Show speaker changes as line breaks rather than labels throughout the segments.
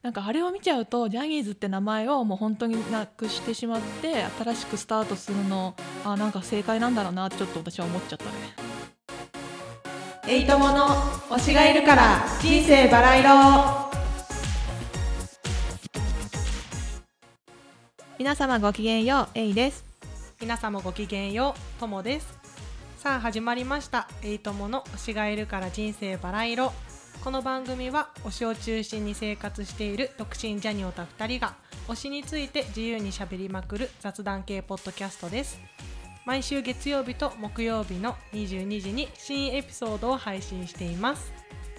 なんかあれを見ちゃうとジャニーズって名前をもう本当になくしてしまって新しくスタートするのあなんか正解なんだろうなってちょっと私は思っちゃったね
エイトモの推しがいるから人生バラ色
皆様ごきげんようエイです
皆さんもごきげんようともですさあ始まりましたエイトモの推しがいるから人生バラ色この番組は推しを中心に生活している独身ジャニオタ2人が推しについて自由にしゃべりまくる雑談系ポッドキャストです毎週月曜日と木曜日の22時に新エピソードを配信しています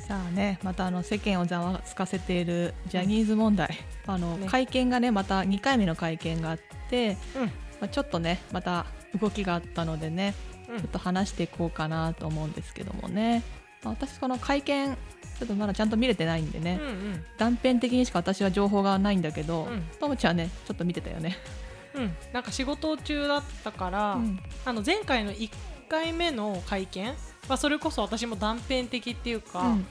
さあねまたあの世間をざわつかせているジャニーズ問題、あの
ね
会見がねまた2回目の会見があって、
うん
まあ、ちょっとねまた動きがあったのでね
うん
ちょっと話していこうかなと思うんですけどもね、まあ、私この会見ちょっとまだちゃんと見れてないんでね、
うんうん
断片的にしか私は情報がないんだけど、
うん
ともちゃんねちょっと見てたよね、
うん、なんか仕事中だったから、
うん
あの前回の1回目の会見、まあ、それこそ私も断片的っていうか、
うん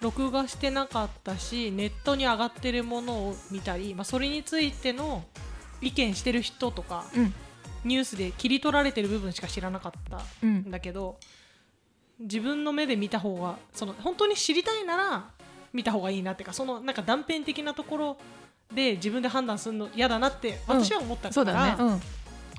録画してなかったしネットに上がってるものを見たり、まあ、それについての意見してる人とか
うん
ニュースで切り取られてる部分しか知らなかった
うんん
だけど自分の目で見た方がその本当に知りたいなら見た方がいいなっていうかそのなんか断片的なところで自分で判断するの嫌だなって私は思った
そ
か
う
ら、
だね、うん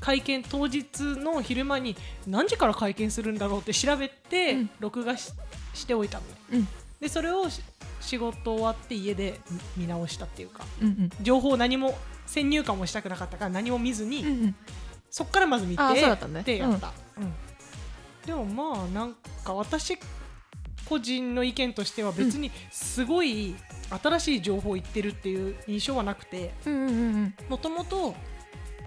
会見当日の昼間に何時から会見するんだろうって調べて
うん
録画し,、しておいたの
うん
でそれをし仕事終わって家で見見直したっていうか
うん
情報を何も先入観もしたくなかったから何も見ずに、
うんうんうん
そっからまず見て
あそうだったね
でやった、うんでもまあなんか私個人の意見としては別にすごい新しい情報を言ってるっていう印象はなくて、
うんうんうん
もともと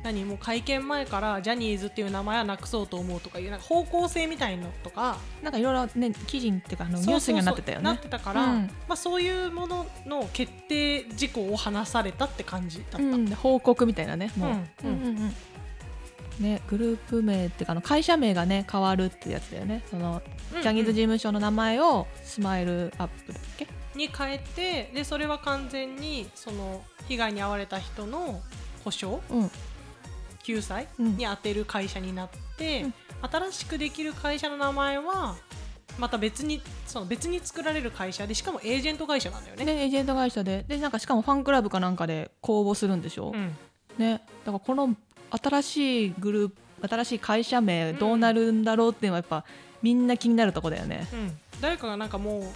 何もう会見前からジャニーズっていう名前はなくそうと思うとかいうなんか方向性みたいのとか
なんかいろいろね記事っていうかあのニュースにはなってたよ
そうそうそうな
ね
ってたから、
うん
まあ、そういうものの決定事項を話されたって感じだった、
うん報告みたいなねもう、
うんうん
ね、グループ名っていうかあの会社名がね変わるってやつだよねそのジャニーズ事務所の名前をスマイルアップだっけ、
に変えてでそれは完全にその被害に遭われた人の補償
うん
救済
うん
に当てる会社になって、
うん
新しくできる会社の名前はまた別にその別に作られる会社でしかもエージェント会社なんだよね。
でエージェント会社ででなんかしかもファンクラブかなんかで公募するんでしょ、
うん
ね、だからこの新しいグループ新しい会社名どうなるんだろうっていうのはやっぱみんな気になるとこだよね。
うん、誰かがなんかもう、うん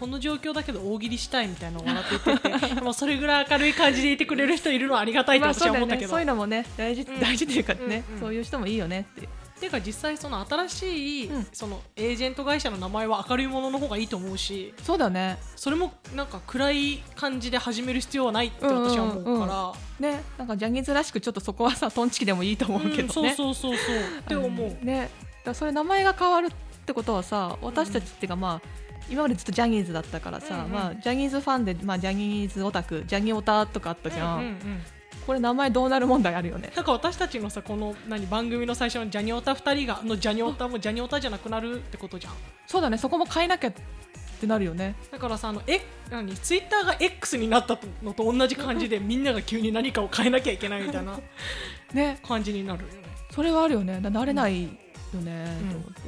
この状況だけど大喜利したいみたいなのを笑って言って てもうそれぐらい明るい感じでいてくれる人いるのはありがたいと
まあ
私
そう
は
だ
思
よ
ったけ
ね
ど、
そういうのもね大事
うん
大事というかね、
うんうん
そういう人もいいよねっていう。
てか実際その新しい、
うん
そのエージェント会社の名前は明るいものの方がいいと思うし
そうだよね
それもなんか暗い感じで始める必要はないって私は思うから、
うんうんねなんかジャニーズらしくちょっとそこはさトンチキでもいいと思うけどね。
うんそうそうそうそうって思う、
んねだからそれ名前が変わるってことはさ私たちっていうかまあ今までずっとジャニーズだったからさ、
うんうん
まあ、ジャニーズファンで、まあ、ジャニーズオタクジャニオタとかあったじゃん、
うんうんうん
これ名前どうなる問題あるよね
なんか私たちのさこの何番組の最初のジャニオタ2人がのジャニオタもジャニオタじゃなくなるってことじゃん
そうだねそこも変えなきゃってなるよね
だからさあのえ何ツイッターが X になったのと同じ感じでみんなが急に何かを変えなきゃいけないみた いな
ね
感じになるよね。
それはあるよねだ慣れないよね、
うん
と思って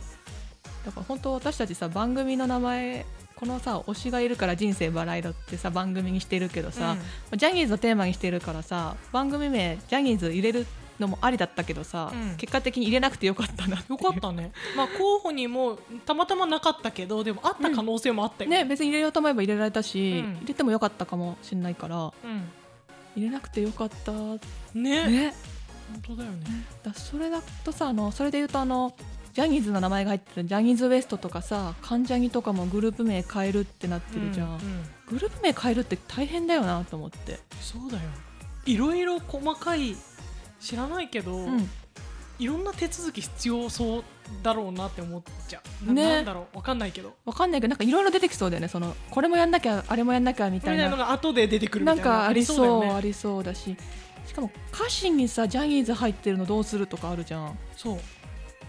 だから本当私たちさ番組の名前このさ推しがいるから人生バラ色ってさ番組にしてるけどさ、ジャニーズをテーマにしてるからさ番組名ジャニーズ入れるのもありだったけどさ、
うん
結果的に入れなくてよかったなていう
よかったね、まあ、候補にもたまたまなかったけどでもあった可能性もあった よ
ね別に入れようと思えば入れられたし、
うん
入れてもよかったかもしれないから
う
入れなくてよかった
ん、ね
ね
本当だよね
だそれだとさあのそれで言うとあのジャニーズの名前が入ってるジャニーズ WEST とかさ関ジャニとかもグループ名変えるってなってるじゃん、
うんうん
グループ名変えるって大変だよなと思って、
そうだよいろいろ細かい知らないけど、
うん、
いろんな手続き必要そうだろうなって思っちゃうな,、
ね
んだろうわかんないけど
わかんないけどなんかいろいろ出てきそうだよねそのこれもやんなきゃあれもやんなきゃみ
み
た
た
い
い
な
なのが後で出てくるみ
な
たい
ん
な
かありそうありそう,、
あり
だししかも歌詞にさジャニーズ入ってるのどうするとかあるじゃん
そう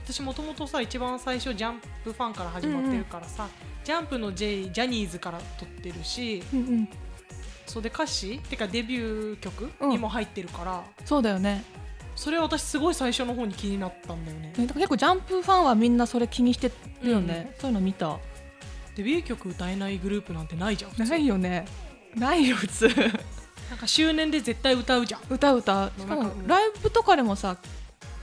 私もともとさ一番最初ジャンプファンから始まってるからさ、ジャンプの J ジャニーズから取ってるし
うん
そうで歌詞てかデビュー曲にも入ってるから、
そうだよね
それは私すごい最初の方に気になったんだよね
ねだから結構ジャンプファンはみんなそれ気にしてるよね、そういうの見た
デビュー曲歌えないグループなんてないじゃん普通
ないよね ないよ普通
なんか周年で絶対歌うじゃん
歌歌しか
なん
も
かうん
ライブとかでもさ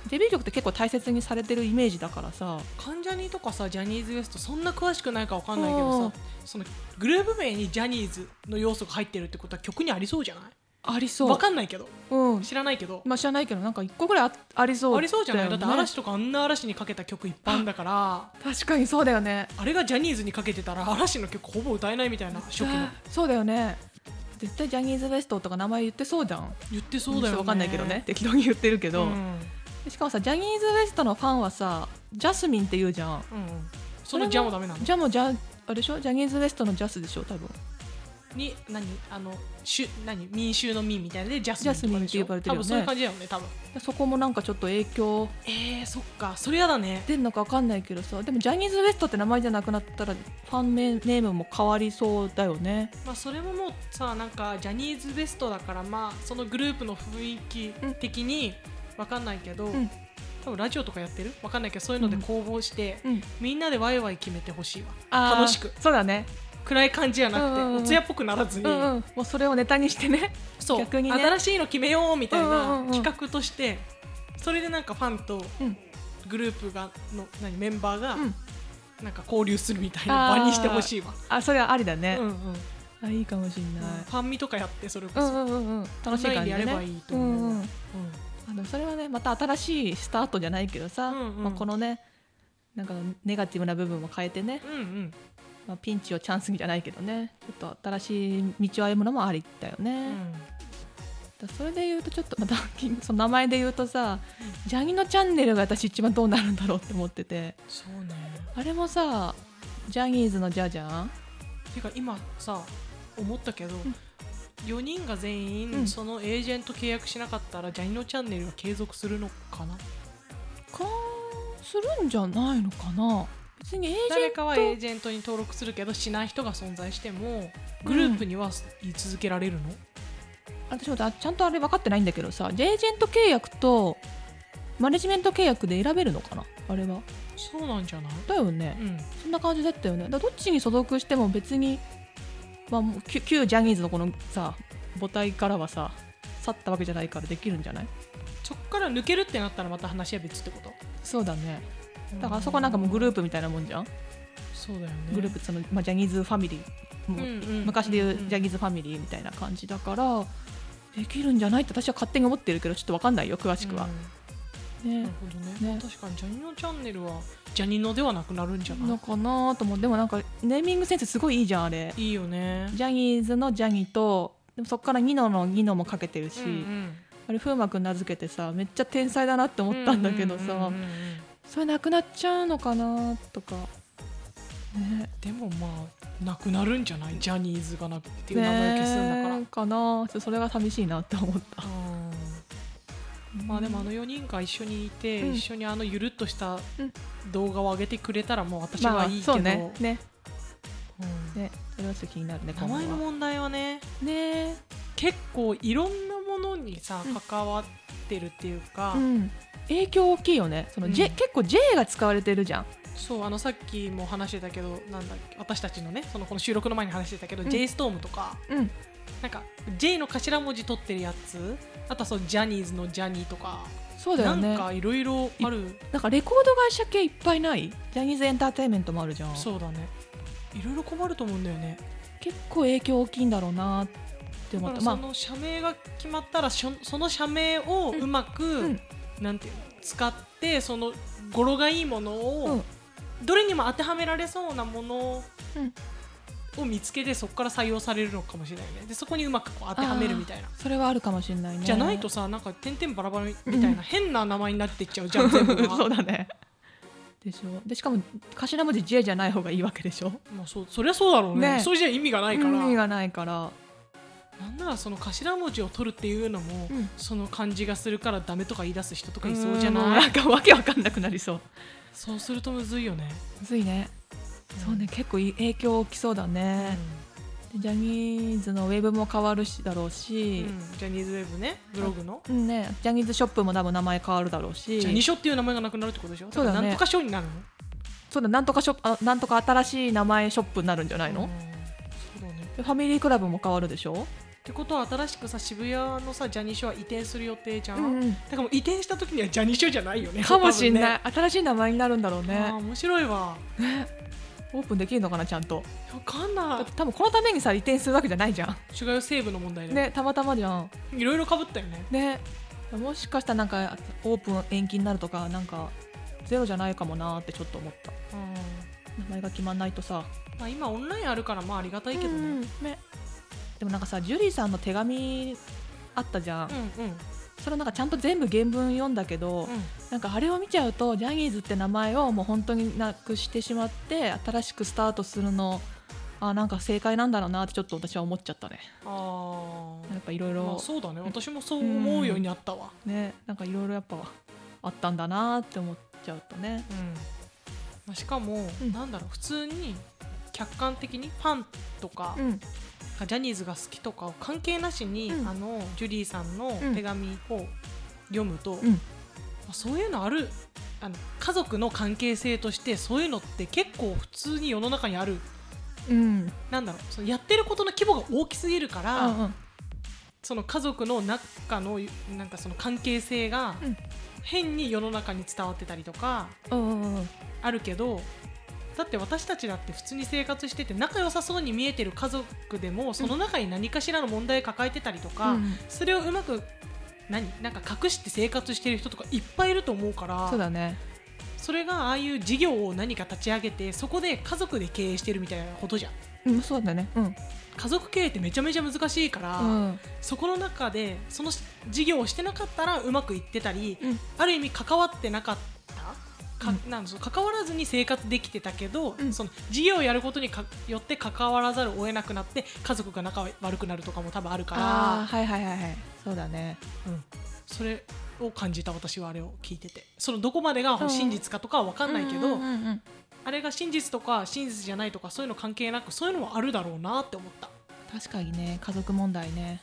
デビュー曲って結構大切にされてるイメージだからさ
関ジャニとかさジャニーズ WEST そんな詳しくないかわかんないけど
あー
さそのグループ名にジャニーズの要素が入ってるってことは曲にありそうじゃない
ありそう
わかんないけど
うん
知らないけど、
まあ知らないけどなんか一個ぐらいあありそう
ありそうじゃない
よ
だ
ね
って嵐とかあんな嵐にかけた曲いっぱいあんだから
確かにそうだよね
あれがジャニーズにかけてたら嵐の曲ほぼ歌えないみたいな初期の
あそうだよね絶対ジャニーズ WEST とか名前言ってそうじゃん
言ってそうだよね
わかんないけどね適当に言ってるけ
う
ど、
ん、うん
しかもさジャニーズ WEST のファンはさジャスミンって言うじゃん
うんそのジャもダメなの
じゃあもうジャあれでしょジャニーズ WEST のジャスでしょ多分
に何あのしゅ何民衆の民みたいなのでジャスミンとかでし
ジャスミンって
ょ
呼ばれてるよね
多分そういう感じだよね多分
そこもなんかちょっと影響
えー、そっかそれやだね
出んのかわかんないけどさでもジャニーズ WEST って名前じゃなくなったらファンネームも変わりそうだよね
まあそれももうさなんかジャニーズベストだからまあそのグループの雰囲気的にわかんないけど、
ん
多分ラジオとかやってるわかんないけどそういうので攻防して、
うん
みんなでワイワイ決めてほしいわ
あー
楽しく
そうだね
暗い感じじゃなくて、
うんうんうん
おつやっぽくならずに、
うんうんもうそれをネタにしてね
そう
逆にね
新しいの決めようみたい
うんうんうんう
なん企画として、それでなんかファンと
うん
グループがの何メンバーが
うん
なんか交流するみたいな場にしてほしいわ、
あそれはありだね
うん、うん
あいいかもしんない、
ファンミとかやってそれこ
う
そ、
んうんうんうん、楽しい感じで
オンラインでやれ
ね。
ばいいと思う
うんうんあでもそれはねまた新しいスタートじゃないけどさ、
うんうん
まあ、このねなんかネガティブな部分も変えてね、
うんうん
まあ、ピンチをチャンスにじゃないけどねちょっと新しい道を歩むのもありだよ
う
ね、
ん
だそれで言うとちょっとまた その名前で言うとさ、ジャニのチャンネルが私一番どうなるんだろうって思ってて
そうね
あれもさジャニーズのジャジャン
てか今さ思ったけど、4人が全員、
うん
そのエージェント契約しなかったらジャニのチャンネルは継続するのかな
かするんじゃないのかな別にエージェ
誰
ン
かはエージェントに登録するけどしない人が存在してもグループには居続けられるの、
私もだちゃんとあれ分かってないんだけどさエージェント契約とマネジメント契約で選べるのかなあれは
そうなんじゃない
だよね
うん
そんな感じだったよねだからどっちに所属しても別に、まあ、もう旧旧ジャニーズのこのさ母体からはさ去ったわけじゃないからできるんじゃない
そっから抜けるってなったらまた話は別ってこと
そうだねだからあそこなんかもうグループみたいなもんじゃん、
そうだよね
グループその、まあ、ジャニーズファミリーも、昔で言うジャニ
ギ
ーズファミリーみたいな感じだからできるんじゃないって私は勝手に思ってるけどちょっと分かんないよ詳しくは、
な
ね
るほどね
ね
確かにジャニのチャンネルはジャニのではなくなるんじゃな
の
い
かなと思うでもなんかネーミングセンスすごいいいじゃんあれ
いいよね
ジャニーズのジャニとでもそっからニノのニノもかけてるし、
うんうん
あれ風磨くん名付けてさめっちゃ天才だなって思ったんだけどさ、
うんうんうんうん
それなくなっちゃうのかなとかね
でもまあなくなるんじゃないジャニーズがなくっていう名前を消すんだから、
ねえかなちょっとそれが寂しいなって思った
うんまあでもあの4人が一緒にいて、
うん
一緒にあのゆるっとした
うん
動画を上げてくれたらもう私
まあ
はいいけど、
そうねね
うん
ねそれはちょっと気になるね
名前の
今後は
問題はね
ね
結構いろんなものにさ
うん
関わってるっていうか、
うん影響大きいよねその J、
うん
結構 J が使われてるじゃん
そうあのさっきも話してたけどなんだっけ私たちのねそのこの収録の前に話してたけど、
うん
JSTORM とか
うん
なんか J の頭文字取ってるやつあとはそうジャニーズのジャニーとか、
そうだよ
な
ね
んかいろいろある
なんかレコード会社系いっぱいないジャニーズエンターテインメントもあるじゃん
そうだねいろいろ困ると思うんだよね
結構影響大きいんだろうなって
だ
思
か
っ
ら
た
そ
まあ
の社名が決まったらしょその社名をうまく、
ん
なんていうの使ってその語呂がいいものを、
うん
どれにも当てはめられそうなもの
うん
を見つけてそこから採用されるのかもしれないねでそこにうまくこう当てはめるみたいな。
それはあるかもしれないね
じゃないとさなんか点々バラバラみたい
うん
な変な名前になっていっちゃうじゃん全部が
そうだねでしょでしかも頭文字 J じゃない方がいいわけでしょ
まあ、そうそりゃそうだろうね
ね
それじゃ意味がないから
意味がないから、
なんならその頭文字を取るっていうのも、
うん
その感じがするからダメとか言い出す人とかいそうじゃない、
なんかわけわかんなくなりそう
そうするとむずいよね、
むずいねそうね結構いい影響大きそうだね、ジャニーズのウェブも変わるしだろう
う
し、
ん、ジャニーズウェブねブログの
うんね、ジャニーズショップも多分名前変わるだろうし
ジャニショっていう名前がなくなるってことでしょ
そうだね
からなんとかショーになるの
そうだなんとかショップあなんとか新しい名前ショップになるんじゃないの、
うんそうだね
でファミリークラブも変わるでしょ、
ってことは新しくさ渋谷のさジャニーショは移転する予定じゃん、
うん
だからもう移転した時にはジャニーショじゃないよね
かもしんない、
多
新しい名前になるんだろう
分ねあー
ね
面白いわ
オープンできるのかなちゃんと
分かんな
だ
い
って多分このためにさ移転するわけじゃないじゃ
主外セーブの問題
ん
で、
ねたまたまじゃん
いろいろかぶったよね
ねもしかしたらなんかオープン延期になるとかなんかゼロじゃないかもなーってちょっと思った名前が決まんないとさ
まあ、今オンラインあるからまあありがたいけどね、うん、うん
ねでもなんかさジュリーさんの手紙あったじゃん、
うん
それなんかちゃんと全部原文読んだけど、なんかあれを見ちゃうとジャニーズって名前をもう本当になくしてしまって新しくスタートするのあなんか正解なんだろうなってちょっと私は思っちゃったね
あ
やっぱいろい
あ、まあ、
ろ
そうだね私もそう思うようになったわ、
ねなんかいろいろやっぱあったんだなって思っちゃうとね
うんまあ、しかも、
うん
なんだろう普通に客観的にファンとか、
うん
ジャニーズが好きとかを関係なしに、
うん
あのジュリーさんの
うん
手紙を読むと、
うん
あそういうのあるあの家族の関係性としてそういうのって結構普通に世の中にある
うん
なんだろうそのやってることの規模が大きすぎるから、
うんうん
その家族の中のなんかその関係性が
うん
変に世の中に伝わってたりとか
うんうんうん
あるけど。だって私たちだって普通に生活してて仲良さそうに見えてる家族でもその中に何かしらの問題抱えてたりとか、
うん
それをうまく何なんか隠して生活してる人とかいっぱいいると思うから
そうだね
それがああいう事業を何か立ち上げてそこで家族で経営してるみたいなことじゃ
う
ん
んそうだねうん
家族経営ってめちゃめちゃ難しいから、
うん
そこの中でその事業をしてなかったらうまくいってたり、
うん
ある意味関わってなかったか、
う
なんだその関わらずに生活できてたけど、
うん
その事業をやることにかよって関わらざるを得なくなって家族が仲悪くなるとかも多分あるから
ああーはいはいはいはいそうだね
それを感じた私はあれを聞いててそのどこまでが真実かとかは分かんないけど、
うんうんうん
あれが真実とか真実じゃないとかそういうの関係なくそういうのはあるだろうなって思った、
確かにね家族問題ね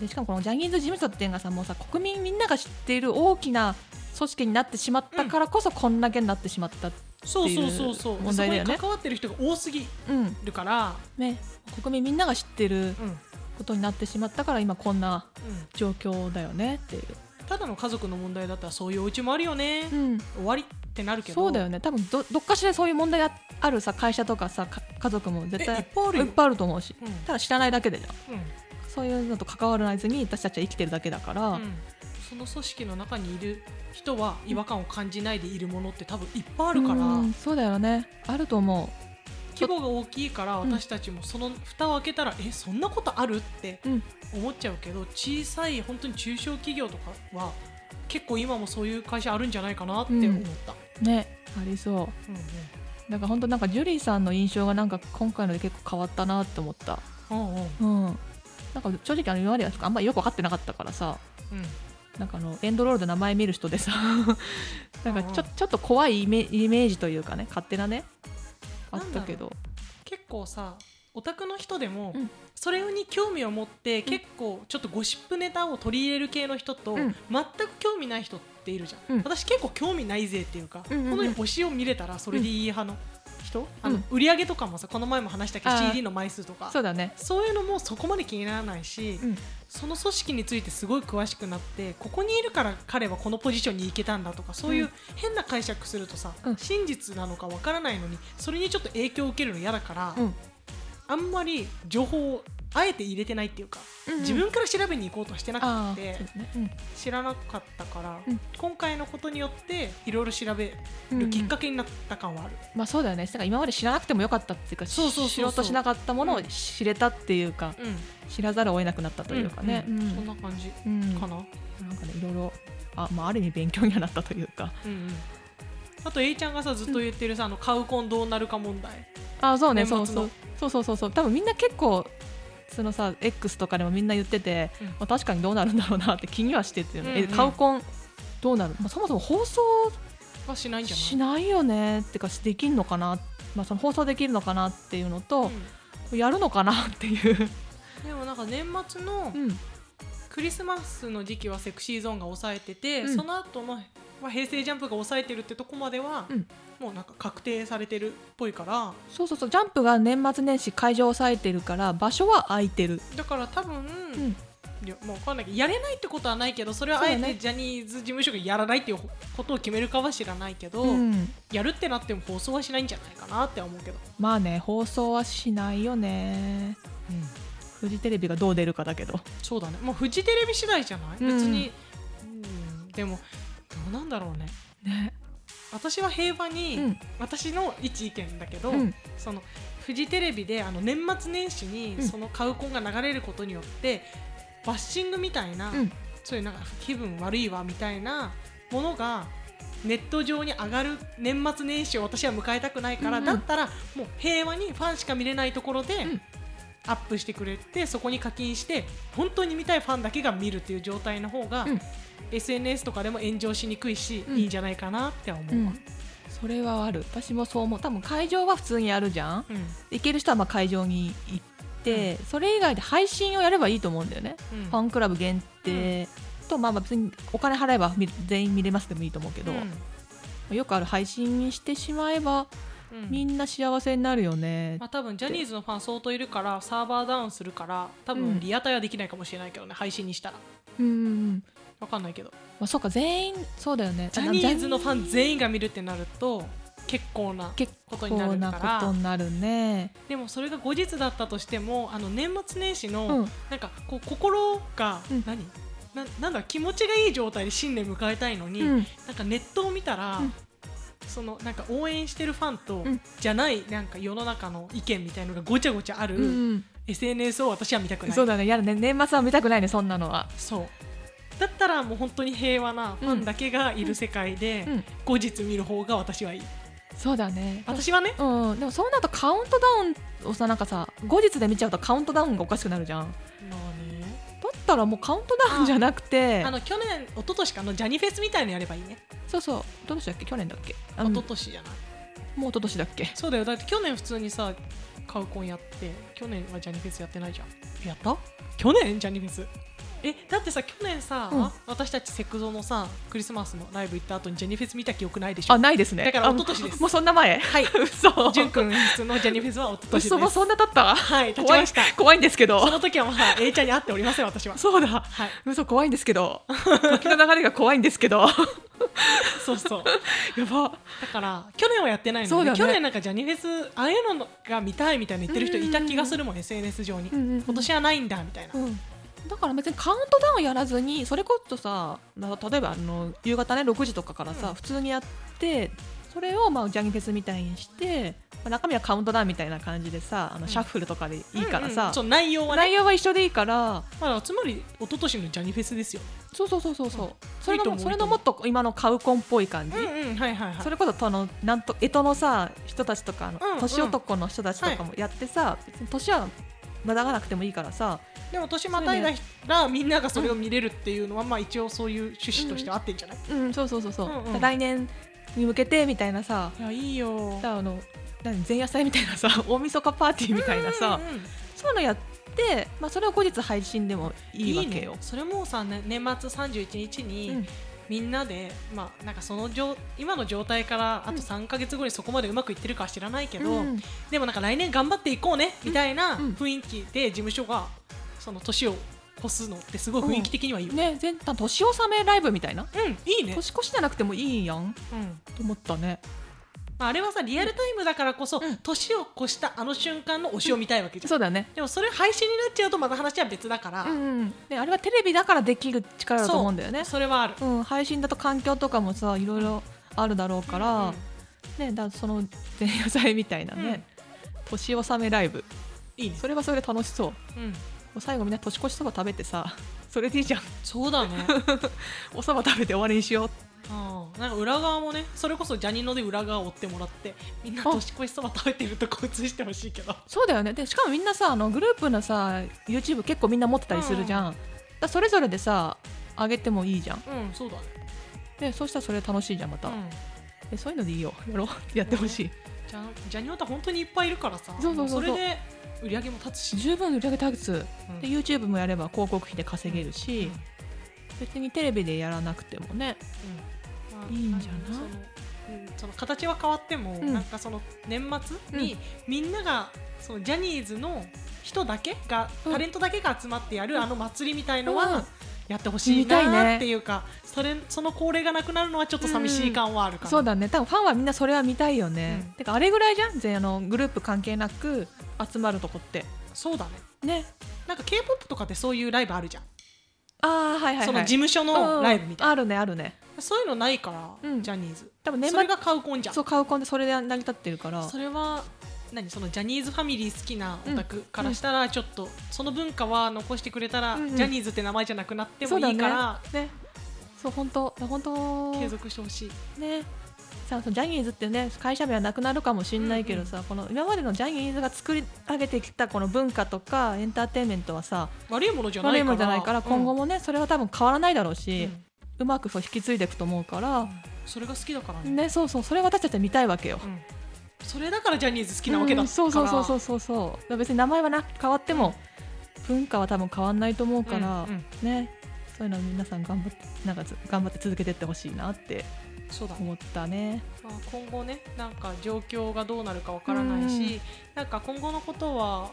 でしかもこのジャニーズ事務所っていうのがさもうさ国民みんなが知っている大きな組織になってしまったからこそこんだけになってしまった、
そうそうそうそ
っ
う
ていう問題だよね
そこに関わってる人が多すぎ
うん
るから、
ね、国民みんなが知ってる
うんうん
ことになってしまったから今こんな状況だよねっていう、
ただの家族の問題だったらそういうお家もあるよね、
うん、
終わりってなるけど
そうだよね多分どどっかしらそういう問題があるさ会社とかさか家族も絶対
えいっぱいあるよ
いっぱいあると思うし
うん
ただ知らないだけでじゃん
うん
そういうのと関わらずに私たちは生きてるだけだから、
うんその組織の中にいる人は違和感を感じないでいるものって多分いっぱいあるから、
うんそうだよねあると思
規模が大きいから
ん
私たちもその蓋を開けたら、えそんなことあるって
う、うん、
思っちゃうけど小さい本当に中小企業とかは結構今もそういう会社あるんじゃないかなって思った、
ねありそうなんか本当なんかジュリーさんの印象がなんか今回ので結構変わったなって思った。
うんうんうん
うん。なんか正直あの今まではあんまりよく分かってなかったからさ、なんかあのエンドロールで名前見る人でさ、な んかちょ
うんうん
ちょっと怖いイメイメージというかね勝手なねあったけど、
結構さオタクの人でも、
うん
それに興味を持って結構ちょっとゴシップネタを取り入れる系の人と、
うん
全く興味ない人っているじゃん、
うん
私結構興味ないぜっていうか、
うんうんうん
この推しを見れたらそれでいい派の人、あの
うん
売り上げとかもさこの前も話したけど
あー
CD の枚数とか
そうだね。
そういうのもそこまで気にならないし、
うん
その組織についてすごい詳しくなってここにいるから彼はこのポジションに行けたんだとかそういううん変な解釈するとさ、
うん
真実なのかわからないのにそれにちょっと影響を受けるの嫌だから、
うん
あんまり情報をあえて入れてないっていうか、
うんうん
自分から調べに行こうとしてな
あ
く
あ
て
そうだねうん
知らなかったから、
うん
今回のことによっていろいろ調べ
うんう
る
ん
きっかけになった感はある。
まあそうだよね。なんか今まで知らなくてもよかったっていうか、
そうそうそうそう
知ろうとしなかったものを知れたっていうか、
うん
知らざるを得なくなったというかね。
うん
うん
そんな感じ
うん
かな、
なんかねいろいろあまあある意味勉強にはなったというか。
うんうんあと A ちゃんがさずっと言ってるさ、あのカウコンどうなるか問題
あそうね
年末
そ
の
うそうそうそうそうそう多分みんな結構そのさ X とかでもみんな言ってて、
うん
まあ、確かにどうなるんだろうなって気にはしてて、
うんうん
えカウコンどうなる、まあ、そもそも放送
はしないんじゃない
しないよねってかできんのかな、まあ、その放送できるのかなっていうのと、
うん
やるのかなって いう、
でもなんか年末の
うん、
クリスマスの時期はセクシーゾーンが抑えてて、
うん
その後のは平成ジャンプが抑えてるってとこまでは、
うん
もうなんか確定されてるっぽいから
そうそうそうジャンプが年末年始会場を抑えてるから場所は空いてる、
だから多分、
うん、
いやもう分かんないけどやれないってことはないけどそれはあえ
そうだ
て
ね
ジャニーズ事務所がやらないっていうことを決めるかは知らないけど、
うん
やるってなっても放送はしないんじゃないかなって思うけど、
まあね放送はしないよねフジテレビがどう出るかだけど
そうだねもうフジテレビ次第じゃない、
うん
別に、うん、でもどうなんだ ろうね
ね
私は平和に、
うん
私の一意見だけど、
うん
そのフジテレビであの年末年始に
うん
そのカウコンが流れることによって、バッシングみたいな、
うん
そういうなんか気分悪いわみたいなものがネット上に上がる年末年始を私は迎えたくないから、
うんうん
だったらもう平和にファンしか見れないところで、
うん
アップしてくれてそこに課金して本当に見たいファンだけが見るっていう状態の方が、
うん
SNS とかでも炎上しにくいし、
うん
いいんじゃないかなって思うわ。
それはある私もそう思う多分会場は普通にやるじゃん
うん
行ける人はまあ会場に行って、それ以外で配信をやればいいと思うんだよね、
うん
ファンクラブ限定とまあまあ別にお金払えば見全員見れますでもいいと思うけど、よくある配信にしてしまえば
うん
みんな幸せになるよね、
まあ、多分ジャニーズのファン相当いるからサーバーダウンするから多
う
分
ん
リアタイはできないかもしれないけどね配信にしたら
うんうん
わかんないけど
まあ、そうか全員そうだよね
ジャニーズのファン全
員
員が見るってなると結構な
結
ことにな
構
る
な
か
こ
ら
とになるね
でもそれが後日だったとしてもあの年末年始の、
うん
なんかこう心が、
うん
何ななんだろう気持ちがいい状態で新年迎えたいのに、
うん
なんかネットを見たら、
うん
そのなんか応援してるファンと、
うん
じゃないなんか世の中の意見みたいのがごちゃごちゃある、
うん
SNS を私は見たくない
そうだねやるね年末は見たくないねそんなのは
そうだったらもう本当に平和なファンだけがいる世界で、
うん
後日見る方が私はいい
そうだね
私はね
うん、でもそうなるとカウントダウンをさなんかさ後日で見ちゃうとカウントダウンがおかしくなるじゃん
ま
だったらもうカウントダウンじゃなくて
あの去年一昨年かのジャニフェスみたいのやればいいね
そうそうどうでしたっけ去年だっけあの
一
も
昨年じゃないう
一昨年だっけ
そうだよだって去年普通にさカウコンやって去年はジャニフェスやってないじゃんえやった去年ジャニフェスえだってさ去年さ、
うん
私たちセクゾのさクリスマスのライブ行った後にジャニフェス見た記憶ないでしょ
あないですね
だから
あ
一昨年です
もうそんな前
はい
嘘
じゅんくん室のジャニフェスは一昨年です
嘘もうそんな経った
はい立ち
怖い
ました
怖いんですけ
そ
ど
の時はまだ A ちゃんに会っておりません私は
そうだ
はい
嘘怖いんですけど時の流れが怖いんですけどや
そうそう
ば
だから去年はやってない
そ
の
う
で、
だね
去年なんかジャニフェスああいうのが見たいみたいな言ってる人いた気がするもん SNS 上に、
うんうんうん
今年はないんだみたいな、
うんだから別にカウントダウンやらずにそれこそさな例えばあの夕方ね6時とかからさ、
うん
普通にやってそれをまあジャニフェスみたいにして、まあ中身はカウントダウンみたいな感じでさあ
うん
のシャッフルとかでいいから
うんう
さ
ん、そう内容はね
内容は一緒でいいから
まあ、つまり一昨年のジャニフェスですよ
そうそうそうそうそう、
うん
それ
いいと
の
思う
それ
いい
の
と思
も
う
っと今のカウコンっぽい感じ、
うんはいはいはい
それこそあのなんと干支のさ人たちとかあの、
うんうん
年男の人たちとかもやってさ、別に年は無駄がなくてもいいからさ
でも年またいだらみんながそれを見れるっていうのは、まあ一応そういう趣旨としては合ってんじゃない、
うんそうそうそうそう、
うんうん
来年に向けてみたいなさ
いやいいよ
だからあの何前夜祭みたいなさ 大晦日パーティーみたいなさ、
うんうんうん
そういうのやって、まあ、それを後日配信でもいいわけ
ね
よ。
それもさ、ね、年末31日に、
うん
みんなで、まあ、なんかその状今の状態からあ
うん
と3か月後にそこまでうまくいってるかは知らないけど、
うん
でもなんか来年頑張っていこうねみたいな
うん
雰囲気で事務所がその年を越すのってすごい雰囲気的にはいいよ、
ね全た年納めライブみたいな
うんいいね、
年越しじゃなくてもいいやん
うん
と思ったね
まあ、あれはさリアルタイムだからこそ、
うん
年を越したあの瞬間の推しを見たいわけじゃん、
そうだね
でもそれ配信になっちゃうとまた話は別だから、
うんうんねあれはテレビだからできる力だと思うんだよね
それはある
う、ん、配信だと環境とかもさいろいろあるだろうから、
うん
ねだからその前夜祭みたいなね、年納めライブ
いいね、
それはそれで楽しそうも
うん、
う最後みんな年越しそば食べてさ それでいいじゃん
そうだね
おそば食べて終わりにしよう
うんなんか裏側もねそれこそジャニーノで裏側を追ってもらってみんな年越しそば食べてるとこ映してほしいけど
そうだよねでしかもみんなさあのグループのさ YouTube 結構みんな持ってたりするじゃん、だからそれぞれでさあげてもいいじゃん
うんそうだね、
でそうしたらそれ楽しいじゃんまた、
うん
でそういうのでいいよやろうやってほしい、
ジャジャニオタ本当にいっぱいいるからさ
そうそうそうそう
れで売り上げも立つし、
十分売り上げ立つ
うん
で YouTube もやれば広告費で稼げるし、別にテレビでやらなくてもね
うんまあ
いいんじゃない
そのうんその形は変わっても、
うん
なんかその年末にみんながそのジャニーズの人だけが、
うん
タレントだけが集まってやるあの祭りみたいの
う
は
ん
やってほしい
見たい
な
ね
っていうか、それその恒例がなくなるのはちょっと寂しい感はあるかな、
そうだね多分ファンはみんなそれは見たいよね、
うん
てかあれぐらいじゃん全あのグループ関係なく集まるとこって
そうだね
ね
なんか K-POP とかってそういうライブあるじゃん、
ああはいはい、はい、
その事務所
う
の
ん
ライブみたいな、
あるねあるね
そういうのないから、
うん
ジャニーズ
多分年
それ
末
が買うコンじゃん
そう買うコンでそれで成り立ってるから
それは何そのジャニーズファミリー好きなオタクからしたらちょっとその文化は残してくれたら、
うんうん
ジャニーズって名前じゃなくなって
そ
も
うだ
いいから、
ねねそう本当本当
継続してほしい、
ねさあそのジャニーズってね会社名はなくなるかもしれないけどさ、この今までのジャニーズが作り上げてきたこの文化とかエンターテインメントはさ
悪いものじゃな
悪
い
い
から
ものじゃないから今後
も、
もね、それは多分変わらないだろう
うん
し、うまくそう引き継いでいくと思うから、
それが好きだからね
ねそうそうそれ私たちは見たいわけよ。
うんそれだからジャニーズ好きなわけだ
うん
から、
そうそうそうそうそうそうだから別に名前はな変わっても文化は多分変わんないと思うから、
うんうん
ねそういうの皆さん頑張ってなんかず頑張って続けてってほしいなって
そうだね
思ったね。
まあ、今後ねなんか状況がどうなるかわからないし、
うん
なんか今後のことは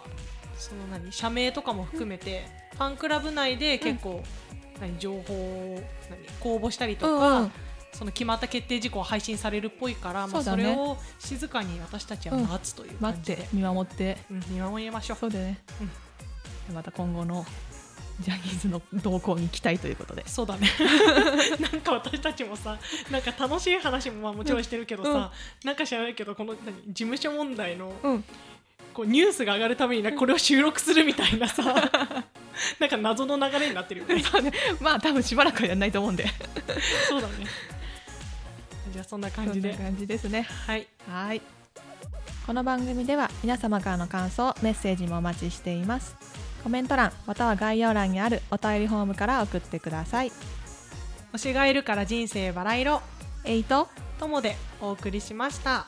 その何社名とかも含めて、ファンクラブ内で結構、何情報を何公募したりとか、
うんうん
その決まった決定事項は配信されるっぽいからまあ、
そう
そ
だね
れを静かに私たちは待つという感
待っ
じで、
て見守って
うん見守りましょう。
そうだよね、また今後のジャニーズの動向に期待ということで
そうだね なんか私たちもさなんか楽しい話もまあもちろんしてるけどさ、
うん
なんか知らないけどこの何事務所問題の
うん
こうニュースが上がるためになんかこれを収録するみたいな さなんか謎の流れになってるよ ね
そうね まあ多分しばらくはやんないと思うんで
そうだねじゃあそんな感じで
そんな感じですね
はい
はいこの番組では皆様からの感想メッセージもお待ちしていますコメント欄または概要欄にあるお便りフォームから送ってください
「推しがいるから人生バラ色
えいと」
ともでお送りしました